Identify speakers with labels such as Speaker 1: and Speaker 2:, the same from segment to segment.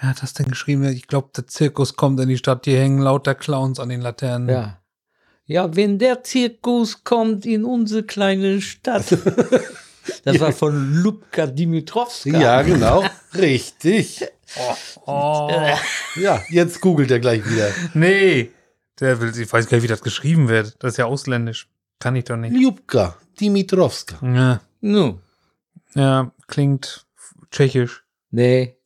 Speaker 1: wer hat das denn geschrieben? Ich glaube, der Zirkus kommt in die Stadt, hier hängen lauter Clowns an den Laternen.
Speaker 2: Ja. Ja, wenn der Zirkus kommt in unsere kleine Stadt. Das war von Lubka Dimitrovska.
Speaker 3: Ja, genau. Richtig.
Speaker 1: Oh,
Speaker 3: Ja, jetzt googelt er gleich wieder.
Speaker 1: nee. Der will, ich weiß gar nicht, wie das geschrieben wird. Das ist ja ausländisch. Kann ich doch nicht.
Speaker 3: Ljubka Dimitrovska.
Speaker 1: Ja,
Speaker 2: Nu,
Speaker 1: ja klingt tschechisch.
Speaker 2: nee,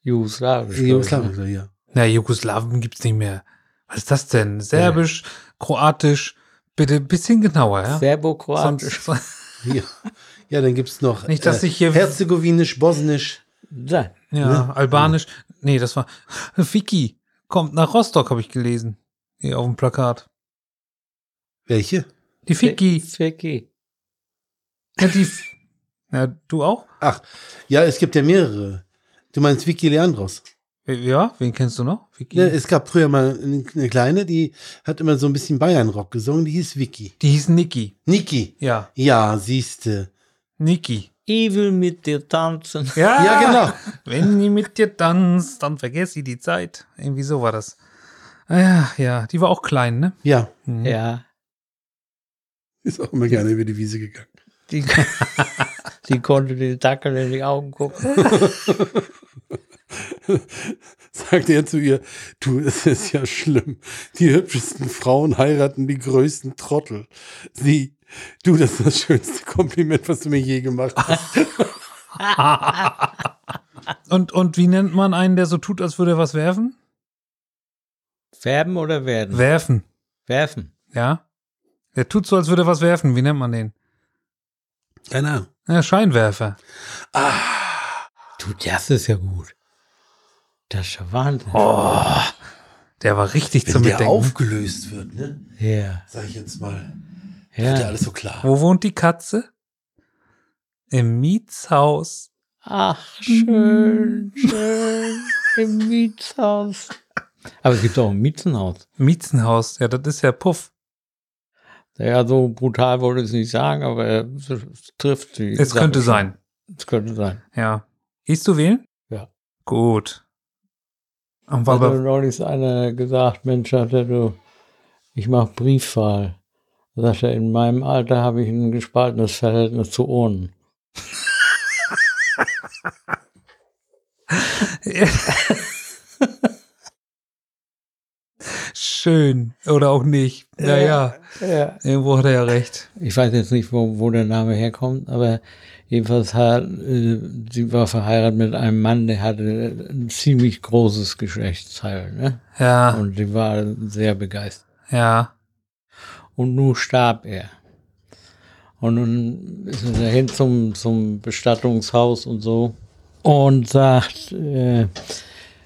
Speaker 2: Jugoslawisch.
Speaker 3: Jugoslawisch, ja.
Speaker 1: Na, Jugoslawen gibt's nicht mehr. Was ist das denn? Serbisch, Kroatisch. Bitte ein bisschen genauer, ja?
Speaker 2: Serbokroatisch.
Speaker 1: Sonst,
Speaker 3: ja. Ja, dann gibt es noch äh,
Speaker 1: Nicht, dass ich hier-
Speaker 3: Herzegowinisch, Bosnisch.
Speaker 2: Da.
Speaker 1: Ja, albanisch. Nee, das war. Vicky kommt nach Rostock, habe ich gelesen. Hier auf dem Plakat.
Speaker 3: Welche?
Speaker 1: Die Vicky.
Speaker 2: Ficky.
Speaker 1: Ja, die. Ja, du auch?
Speaker 3: Ach, ja, es gibt ja mehrere. Du meinst Vicky Leandros.
Speaker 1: Ja, wen kennst du noch? Vicky.
Speaker 3: Ja, es gab früher mal eine kleine, die hat immer so ein bisschen Bayern-Rock gesungen, die hieß Vicky.
Speaker 1: die hieß Niki.
Speaker 3: Niki.
Speaker 1: Ja,
Speaker 3: Ja, siehste.
Speaker 1: Niki.
Speaker 2: Ich will mit dir tanzen.
Speaker 1: Ja,
Speaker 3: Ja, genau.
Speaker 1: Wenn die mit dir tanzt, dann vergesst sie die Zeit. Irgendwie so war das. Ah, Ja, ja, die war auch klein, ne?
Speaker 3: Ja.
Speaker 1: Mhm.
Speaker 2: Ja.
Speaker 3: Ist auch immer gerne über die Wiese gegangen.
Speaker 2: Die, die konnte den Dackel in die Augen gucken.
Speaker 4: sagte er zu ihr, du, es ist ja schlimm. Die hübschesten Frauen heiraten die größten Trottel. Sie, du, das ist das schönste Kompliment, was du mir je gemacht hast.
Speaker 1: Und, und wie nennt man einen, der so tut, als würde er was werfen?
Speaker 2: Färben oder werden?
Speaker 1: Werfen,
Speaker 2: Werfen.
Speaker 1: ja. Der tut so, als würde er was werfen. Wie nennt man den?
Speaker 3: Keine Ahnung.
Speaker 1: Ja, Scheinwerfer.
Speaker 2: Du, das ist ja gut. Das ist ja Wahnsinn.
Speaker 1: Der war richtig
Speaker 4: Wenn
Speaker 1: zum
Speaker 4: der
Speaker 1: Mitdenken.
Speaker 4: aufgelöst wird, ne?
Speaker 2: Ja.
Speaker 4: Sag ich jetzt mal. Wird ja
Speaker 2: ja.
Speaker 4: alles so klar.
Speaker 1: Wo wohnt die Katze? Im Mietshaus.
Speaker 2: Ach, schön, schön. Im Mietshaus. Aber es gibt auch ein Mietzenhaus.
Speaker 1: Mietzenhaus. Ja, das ist ja Puff.
Speaker 2: Ja, so brutal wollte ich es nicht sagen, aber es trifft sie.
Speaker 1: Es könnte sein.
Speaker 2: Es könnte sein.
Speaker 1: Ja. Gehst du wählen?
Speaker 2: Ja.
Speaker 1: Gut. Und war
Speaker 2: Hat mir
Speaker 1: aber,
Speaker 2: neulich einer gesagt, Mensch, hat er du, ich mache Briefwahl. Da Sagt er, in meinem Alter habe ich ein gespaltenes Verhältnis zu Urnen. Also-
Speaker 1: schön. Oder auch nicht. Naja,
Speaker 2: Ja.
Speaker 1: irgendwo hat er ja recht.
Speaker 2: Ich weiß jetzt nicht, wo, wo der Name herkommt, aber jedenfalls hat, äh, sie war verheiratet mit einem Mann, der hatte ein ziemlich großes Geschlechtsteil. Ne?
Speaker 1: Ja,
Speaker 2: Und sie war sehr begeistert.
Speaker 1: ja.
Speaker 2: Und nun starb er. Und nun ist er hin zum, zum Bestattungshaus und so und sagt, äh,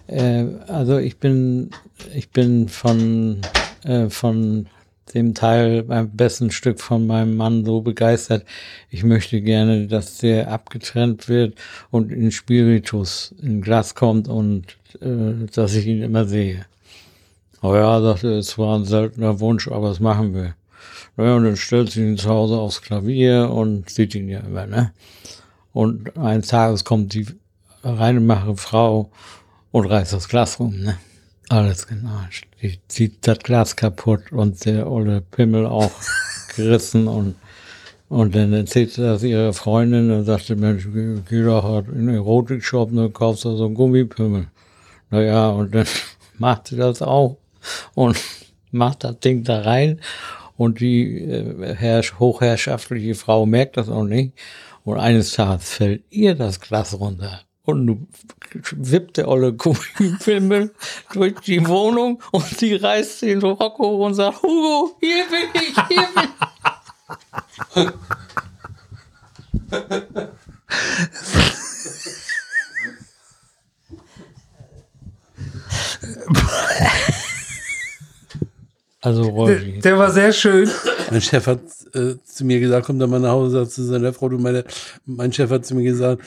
Speaker 2: äh, also ich bin, ich bin von, äh, von dem Teil beim besten Stück von meinem Mann so begeistert. Ich möchte gerne, dass der abgetrennt wird und in Spiritus in Glas kommt und äh, dass ich ihn immer sehe. Oh ja, sagte er, es war ein seltener Wunsch, aber das machen wir. Naja, und dann stellt sie ihn zu Hause aufs Klavier und sieht ihn ja immer, ne? Und eines Tages kommt die reinmache Frau und reißt das Glas rum, ne? Alles genau. Die zieht das Glas kaputt und der olle Pimmel auch gerissen und und dann erzählt sie das ihrer Freundin und sagte, Mensch, geh, geh doch halt in den Erotikshop und kaufst da so einen Gummipimmel. Naja, und dann macht sie das auch und macht das Ding da rein. Und die äh, herrsch, hochherrschaftliche Frau merkt das auch nicht. Und eines Tages fällt ihr das Glas runter. Und nun wippt der olle Gummipimmel durch die Wohnung und sie reißt den Rock hoch und sagt, Hugo, hier bin ich, hier bin ich. Also
Speaker 1: Der,
Speaker 2: Roger.
Speaker 1: der war sehr schön.
Speaker 3: Mein Chef hat äh, zu mir gesagt, komm da mal nach Hause, sagt zu seiner Frau, du meine, mein Chef hat zu mir gesagt,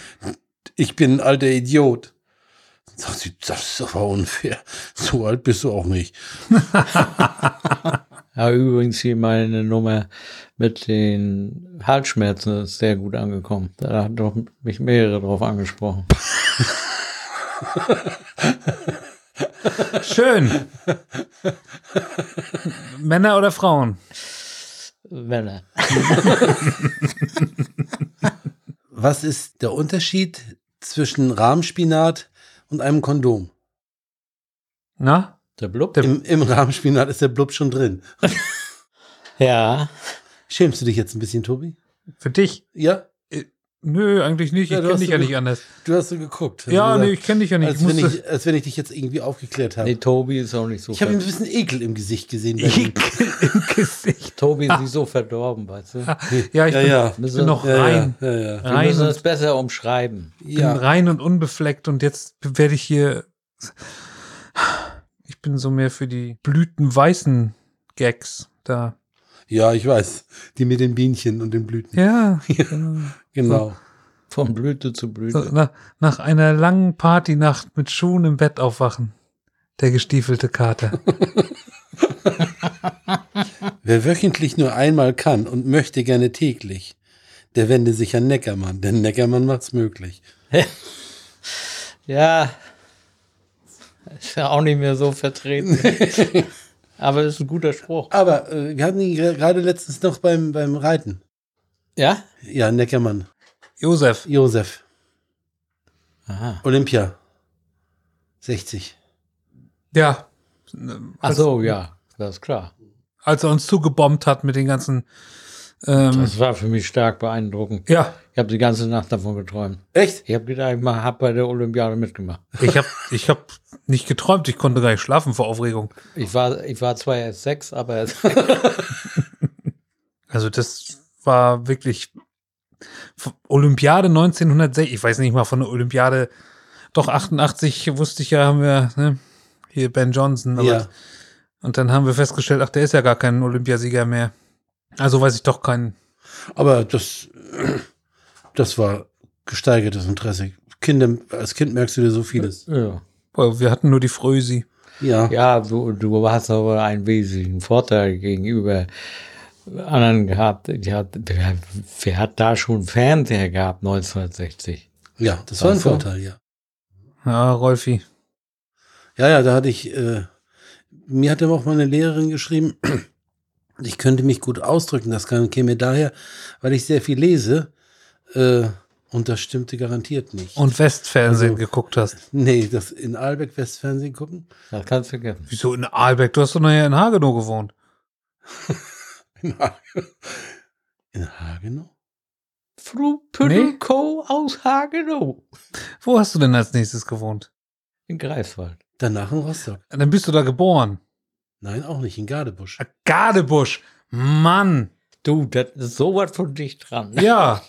Speaker 3: ich bin ein alter Idiot. Sagt sie, das ist aber unfair. So alt bist du auch nicht.
Speaker 2: Ja, übrigens hier meine Nummer mit den Halsschmerzen ist sehr gut angekommen. Da haben doch mich mehrere drauf angesprochen.
Speaker 1: Schön. Männer oder Frauen?
Speaker 2: Männer.
Speaker 3: Was ist der Unterschied zwischen Rahmspinat und einem Kondom?
Speaker 1: Na?
Speaker 2: Der Blub?
Speaker 1: Der-
Speaker 3: Im, im Rahmspinat ist der Blub schon drin.
Speaker 2: ja.
Speaker 3: Schämst du dich jetzt ein bisschen, Tobi?
Speaker 1: Für dich?
Speaker 3: Ja?
Speaker 1: Nö, eigentlich nicht. Ich
Speaker 3: Ja, du
Speaker 1: kenne
Speaker 3: hast
Speaker 1: dich ja
Speaker 3: so-
Speaker 1: nicht anders.
Speaker 3: Du hast so geguckt.
Speaker 1: Ja,
Speaker 3: Also,
Speaker 1: nee, ich kenne dich ja nicht. Ich
Speaker 3: als, wenn
Speaker 1: musste,
Speaker 3: ich, als wenn ich dich jetzt irgendwie aufgeklärt habe.
Speaker 2: Nee, halt. Tobi ist auch nicht so
Speaker 3: ich habe ein
Speaker 2: verdorben.
Speaker 3: bisschen Ekel im Gesicht gesehen. bei dir.
Speaker 1: Ekel im Gesicht.
Speaker 2: Tobi ist nicht so verdorben, weißt du?
Speaker 1: Ja, Ah. ich
Speaker 3: Ja,
Speaker 1: bin,
Speaker 3: ja.
Speaker 2: Müssen
Speaker 1: bin noch
Speaker 3: Ja,
Speaker 1: rein.
Speaker 3: Ja, ja, ja.
Speaker 2: Wir
Speaker 1: Rein,
Speaker 2: müssen
Speaker 1: und,
Speaker 2: es besser umschreiben.
Speaker 1: bin
Speaker 3: ja.
Speaker 1: rein und unbefleckt und jetzt werde ich hier. Ich bin so mehr für die blütenweißen Gags da.
Speaker 3: Ja, ich weiß. Die mit den Bienchen und den Blüten.
Speaker 1: Ja, genau.
Speaker 3: Genau.
Speaker 2: Von Blüte zu
Speaker 1: so,
Speaker 2: Blüte.
Speaker 1: na, nach einer langen Partynacht mit Schuhen im Bett aufwachen. Der gestiefelte Kater.
Speaker 3: Wer wöchentlich nur einmal kann und möchte gerne täglich, der wende sich an Neckermann, denn Neckermann macht's möglich.
Speaker 2: Ja. Ist ja auch nicht mehr so vertreten. Aber ist ein guter Spruch.
Speaker 3: Aber äh, wir hatten ihn ger- gerade letztens noch beim, beim Reiten.
Speaker 2: Ja?
Speaker 3: Ja, Neckermann.
Speaker 1: Josef,
Speaker 3: Josef,
Speaker 2: Aha.
Speaker 3: Olympia. 60.
Speaker 1: ja.
Speaker 2: Ach so, ja. Das ist klar.
Speaker 1: Als er uns zugebombt hat mit den ganzen. Ähm,
Speaker 2: Das war für mich stark beeindruckend.
Speaker 1: ja,
Speaker 2: Ich habe die ganze Nacht davon geträumt.
Speaker 3: Echt?
Speaker 2: Ich habe gedacht, ich habe bei der Olympiade mitgemacht.
Speaker 1: ich habe ich hab nicht geträumt. Ich konnte gar nicht schlafen vor Aufregung.
Speaker 2: Ich war, ich war zwar erst sechs, aber
Speaker 1: Also das war wirklich F- Olympiade 1960. Ich weiß nicht mal von der Olympiade. Doch 88 wusste ich ja, haben wir ne, hier Ben Johnson. Aber
Speaker 3: Ja.
Speaker 1: Und dann haben wir festgestellt, ach, der ist ja gar kein Olympiasieger mehr. Also weiß ich doch keinen.
Speaker 3: Aber das, das war gesteigertes Interesse. Kinder, als Kind merkst du dir so vieles.
Speaker 2: ja.
Speaker 1: Boah, Wir hatten nur die Frösi.
Speaker 3: Ja.
Speaker 2: ja, du, du hast aber einen wesentlichen Vorteil gegenüber anderen gehabt. Ich hab, wer, wer hat da schon Fernseher gehabt 1960?
Speaker 3: Ja, das war ein
Speaker 2: Ach so.
Speaker 3: Vorteil, ja.
Speaker 1: Ja, Rolfi.
Speaker 3: Ja, ja, da hatte ich, äh, mir hatte auch mal eine Lehrerin geschrieben, ich könnte mich gut ausdrücken, das kann, käme daher, weil ich sehr viel lese, äh, und das stimmte garantiert nicht.
Speaker 1: Und Westfernsehen
Speaker 3: Also-
Speaker 1: geguckt hast.
Speaker 3: nee, das in Albeck Westfernsehen gucken?
Speaker 2: Das kannst du vergessen.
Speaker 1: Wieso in Aalbeck? Du hast doch nachher in Hagenow gewohnt.
Speaker 3: In, Ha- in Hagenow?
Speaker 2: Fru
Speaker 1: Nee.
Speaker 2: Co. aus Hagenow.
Speaker 1: Wo hast du denn als nächstes gewohnt?
Speaker 2: In Greifswald.
Speaker 3: Danach in Rostock?
Speaker 1: Dann bist du da geboren.
Speaker 3: Nein, auch nicht, in Gardebusch.
Speaker 1: Gardebusch. Mann.
Speaker 2: Du, das ist sowas von dich dran.
Speaker 1: Ja,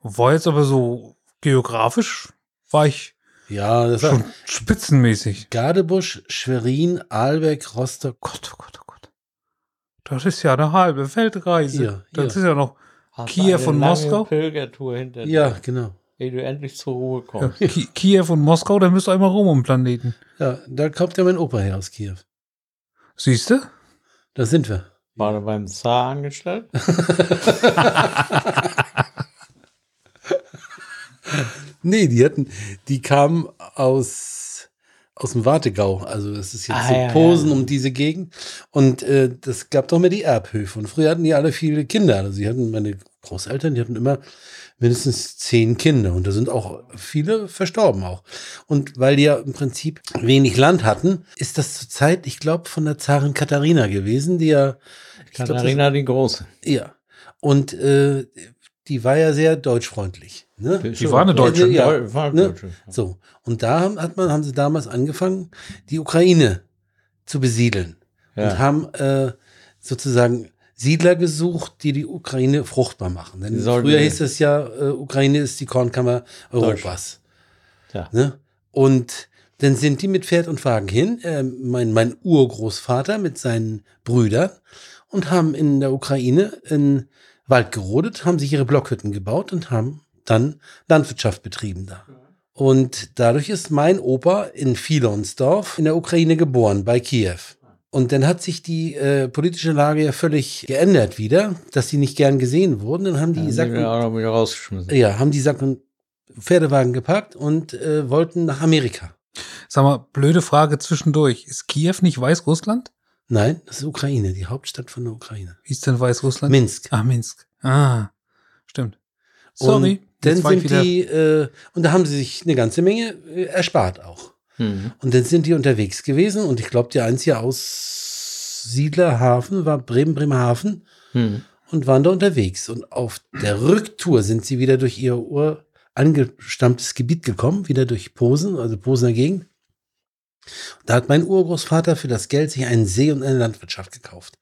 Speaker 1: war jetzt aber so geografisch, war ich
Speaker 3: Ja, das
Speaker 1: schon
Speaker 3: war
Speaker 1: spitzenmäßig.
Speaker 3: Gardebusch, Schwerin, Albeck, Rostock.
Speaker 1: Gott, oh Gott, oh Gott. Das ist ja eine halbe Weltreise.
Speaker 3: Ja,
Speaker 1: das
Speaker 3: ja.
Speaker 1: ist ja noch
Speaker 2: Hast
Speaker 1: Kiew
Speaker 2: eine
Speaker 1: und
Speaker 2: lange
Speaker 1: Moskau?
Speaker 2: Pilgertour hinter dir,
Speaker 3: Ja, genau.
Speaker 2: ehe du endlich zur Ruhe
Speaker 3: Oh.
Speaker 1: ja,
Speaker 2: kommst.
Speaker 1: Ki Kiew und Moskau, da müsst ihr einmal rum um den Planeten.
Speaker 3: Ja, da kommt ja mein Opa her aus Kiew.
Speaker 1: Siehst du?
Speaker 3: Da sind wir.
Speaker 2: War du beim Zar angestellt?
Speaker 3: Nee, die hatten, die kamen aus, aus dem Wartegau. Also das ist jetzt
Speaker 2: Ah,
Speaker 3: so
Speaker 2: ja,
Speaker 3: Posen
Speaker 2: ja.
Speaker 3: um diese Gegend. Und äh, das gab doch immer die Erbhöfe. Und früher hatten die alle viele Kinder. Also sie hatten meine Großeltern, die hatten immer mindestens zehn Kinder. Und da sind auch viele verstorben auch. Und weil die ja im Prinzip wenig Land hatten, ist das zur Zeit, ich glaube, von der Zarin Katharina gewesen, die ja ich glaub, das-
Speaker 2: Katharina die Große.
Speaker 3: ja. Und äh, die war ja sehr deutschfreundlich. Ne?
Speaker 2: Die
Speaker 1: war eine Deutsche.
Speaker 3: Ja,
Speaker 2: Deu- war eine
Speaker 3: ne?
Speaker 2: Deutsche.
Speaker 3: So. Und da haben, hat man, haben sie damals angefangen, die Ukraine zu besiedeln. Und
Speaker 2: Ja.
Speaker 3: haben äh, sozusagen Siedler gesucht, die die Ukraine fruchtbar machen. Denn
Speaker 2: Die sollten
Speaker 3: früher
Speaker 2: wir-
Speaker 3: hieß es ja, äh, Ukraine ist die Kornkammer Europas.
Speaker 2: Ja.
Speaker 3: Ne? Und Dann sind die mit Pferd und Wagen hin, äh, mein, mein Urgroßvater mit seinen Brüdern und haben in der Ukraine in Wald gerodet, haben sich ihre Blockhütten gebaut und haben dann Landwirtschaft betrieben da. Und dadurch ist mein Opa in Filonsdorf in der Ukraine geboren, bei Kiew. Und dann hat sich die äh, politische Lage ja völlig geändert wieder, dass sie nicht gern gesehen wurden. Dann haben die
Speaker 2: Die
Speaker 3: Sack-
Speaker 2: sind wir auch noch wieder rausgeschmissen.
Speaker 3: ja, haben die Sack und Pferdewagen gepackt und äh, wollten nach Amerika.
Speaker 1: Sag mal, blöde Frage zwischendurch. Ist Kiew nicht Weißrussland?
Speaker 3: Nein, das ist Ukraine, die Hauptstadt von der Ukraine.
Speaker 1: Wie ist denn Weißrussland?
Speaker 3: Minsk.
Speaker 1: Ah, Minsk. Ah, stimmt. Sorry.
Speaker 3: Und dann
Speaker 1: Jetzt war ich
Speaker 3: sind die, äh, und da haben sie sich eine ganze Menge äh, erspart auch.
Speaker 2: Mhm.
Speaker 3: Und dann sind die unterwegs gewesen und ich glaube, der einzige Aussiedlerhafen war Bremen, Bremerhaven
Speaker 2: Mhm.
Speaker 3: und waren da unterwegs. Und auf der Rücktour sind sie wieder durch ihr urangestammtes Gebiet gekommen, wieder durch Posen, also Posener Gegend. Da hat mein Urgroßvater für das Geld sich einen See und eine Landwirtschaft gekauft.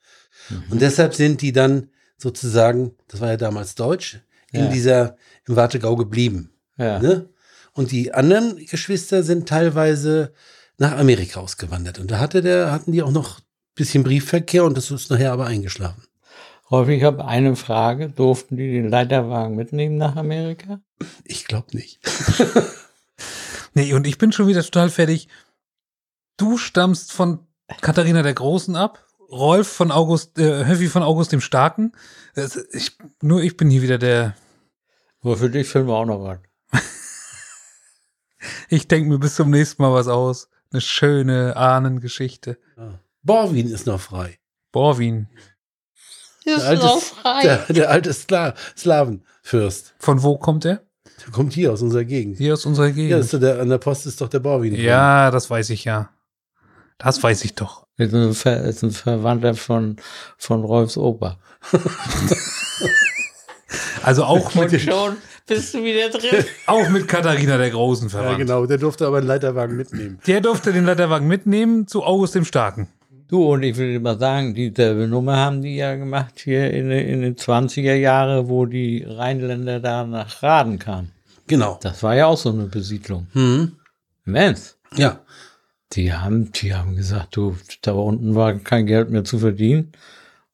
Speaker 3: Und deshalb sind die dann sozusagen, das war ja damals Deutsch, in
Speaker 2: Ja.
Speaker 3: dieser, im Wartegau geblieben.
Speaker 2: Ja.
Speaker 3: Ne? Und die anderen Geschwister sind teilweise nach Amerika ausgewandert. Und da hatte der, hatten die auch noch ein bisschen Briefverkehr und das ist nachher aber eingeschlafen.
Speaker 2: Häufig habe ich eine Frage. Durften die den Leiterwagen mitnehmen nach Amerika?
Speaker 3: Ich glaube nicht.
Speaker 1: Nee, und ich bin schon wieder total fertig. Du stammst von Katharina der Großen ab, Rolf von August, äh, Höffi von August dem Starken. Das, ich, nur ich bin hier wieder der.
Speaker 2: Aber für dich finden wir auch noch was.
Speaker 1: Ich denke mir bis zum nächsten Mal was aus. Eine schöne Ahnengeschichte.
Speaker 3: Ja. Ah. Borwin ist noch frei.
Speaker 1: Borwin.
Speaker 3: Der alte, der, der alte Skla Slawenfürst.
Speaker 1: Von wo kommt er?
Speaker 3: Der kommt hier aus unserer Gegend.
Speaker 1: Hier aus unserer
Speaker 3: Ja, das
Speaker 1: Gegend.
Speaker 3: ist doch der, an der Post ist doch der Borwin.
Speaker 1: Ja, das weiß ich ja. Das weiß ich doch.
Speaker 2: Ist ein, Ver ist ein Verwandter von, von Rolfs Opa.
Speaker 1: Also auch mit,
Speaker 2: schon bist du wieder drin.
Speaker 1: auch mit Katharina der Großen
Speaker 3: Ja,
Speaker 1: verwandt.
Speaker 3: genau. Der durfte aber einen Leiterwagen mitnehmen.
Speaker 1: Der durfte den Leiterwagen mitnehmen zu August dem Starken.
Speaker 2: Du, und ich will dir mal sagen, dieselbe Nummer haben die ja gemacht hier in, den- in den 20er Jahren, wo die Rheinländer da nach Raden kamen.
Speaker 3: Genau.
Speaker 2: Das war ja auch so eine Besiedlung.
Speaker 3: Hm.
Speaker 2: Im Ernst.
Speaker 3: Ja.
Speaker 2: Die haben, die haben gesagt, du, da unten war kein Geld mehr zu verdienen.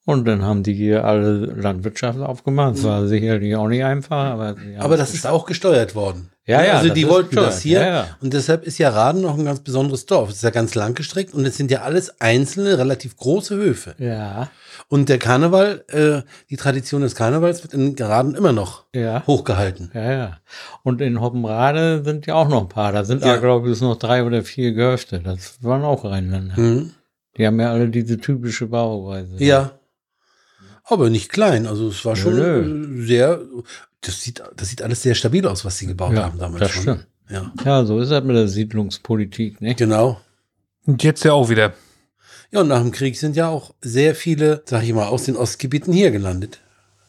Speaker 2: Und dann haben die hier alle Landwirtschaft aufgemacht. Das war sicherlich auch nicht einfach, aber. sie haben-
Speaker 3: Mhm. Aber das ist auch gesteuert worden.
Speaker 2: Ja, ja,
Speaker 3: Also
Speaker 2: das
Speaker 3: die
Speaker 2: ist
Speaker 3: wollten
Speaker 2: gesteuert.
Speaker 3: das hier.
Speaker 2: Ja, ja.
Speaker 3: Und deshalb ist ja Raden noch ein ganz besonderes Dorf. Es ist ja ganz lang gestreckt und es sind ja alles einzelne, relativ große Höfe.
Speaker 2: Ja,
Speaker 3: Und der Karneval, äh, die Tradition des Karnevals wird in Raden immer noch
Speaker 2: ja.
Speaker 3: hochgehalten.
Speaker 2: Ja, ja. Und in Hoppenrade sind ja auch noch ein paar. Da sind ja, glaube ich, noch drei oder vier Gehöfte. Das waren auch Rheinländer.
Speaker 3: Hm?
Speaker 2: Die haben ja alle diese typische Bauweise.
Speaker 3: Ja. Aber nicht klein. Also es war schon
Speaker 2: Nö,
Speaker 3: äh, sehr, das sieht, das sieht alles sehr stabil aus, was sie gebaut
Speaker 2: Ja,
Speaker 3: haben damals
Speaker 2: das
Speaker 3: schon.
Speaker 2: stimmt.
Speaker 3: Ja,
Speaker 2: Ja, so ist das mit der Siedlungspolitik, ne?
Speaker 3: genau.
Speaker 1: Und jetzt ja auch wieder.
Speaker 3: Ja, und nach dem Krieg sind ja auch sehr viele, sag ich mal, aus den Ostgebieten hier gelandet.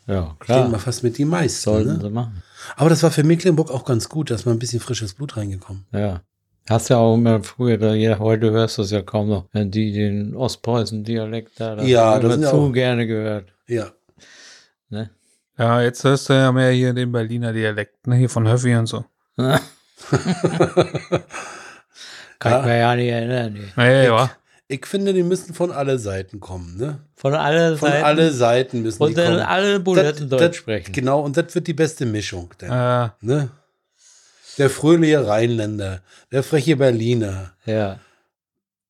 Speaker 2: Ja, klar.
Speaker 3: Stehen wir fast mit die meisten.
Speaker 2: Sollten
Speaker 3: Ne?
Speaker 2: sie machen.
Speaker 3: Aber das war für Mecklenburg auch ganz gut, dass man ein bisschen frisches Blut reingekommen.
Speaker 2: Ja. Hast ja auch immer früher, da, ja, heute hörst du es ja kaum noch, wenn die den Ostpreußen-Dialekt da, das
Speaker 3: Ja,
Speaker 2: haben wir
Speaker 3: das sind ja
Speaker 2: zu
Speaker 3: auch-
Speaker 2: gerne gehört.
Speaker 3: Ja.
Speaker 2: Ne?
Speaker 1: Ja, jetzt hörst du ja mehr hier den Berliner Dialekt, ne? Hier von Höffi und so.
Speaker 2: Kann
Speaker 3: Ja.
Speaker 2: ich mir ja nicht erinnern. nee.
Speaker 1: Ja, ja, ja.
Speaker 3: Ich finde, die müssen von alle Seiten kommen, ne?
Speaker 2: Von alle
Speaker 3: Von
Speaker 2: Seiten.
Speaker 3: alle Seiten müssen die
Speaker 2: und dann
Speaker 3: kommen.
Speaker 2: alle Buletten
Speaker 3: Das-
Speaker 2: Deutsch
Speaker 3: das-
Speaker 2: sprechen.
Speaker 3: Genau, und das wird die beste Mischung.
Speaker 2: Ah,
Speaker 3: Denn,
Speaker 1: Äh,
Speaker 3: ne? Der fröhliche Rheinländer, der freche Berliner,
Speaker 2: Ja.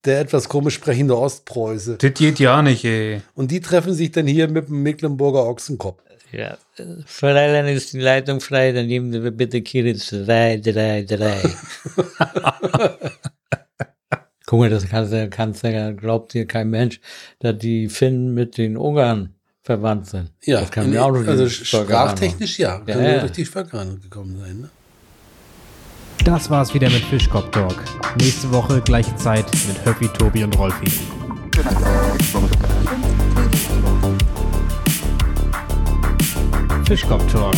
Speaker 3: der etwas komisch sprechende Ostpreuße.
Speaker 1: Äh, das geht ja nicht, ey.
Speaker 3: Und die treffen sich dann hier mit dem Mecklenburger Ochsenkopf.
Speaker 2: Ja, Fräulein ist die Leitung frei, dann nehmen wir bitte Kiritz 3, 3, 3. Guck mal, das kannst du, kannst du, glaubt dir kein Mensch, dass die Finnen mit den Ungarn verwandt sind. das kann
Speaker 3: in-
Speaker 2: mir auch noch
Speaker 3: also
Speaker 2: nicht
Speaker 3: sprachtechnisch ja, kann
Speaker 2: Ja,
Speaker 3: ja.
Speaker 2: ja.
Speaker 3: durch die Sprache gekommen sein. Ne?
Speaker 5: Das war's wieder mit Fischkopf Talk. Nächste Woche gleiche Zeit mit Höppi, Tobi und Rolfi. Fischkopf Talk,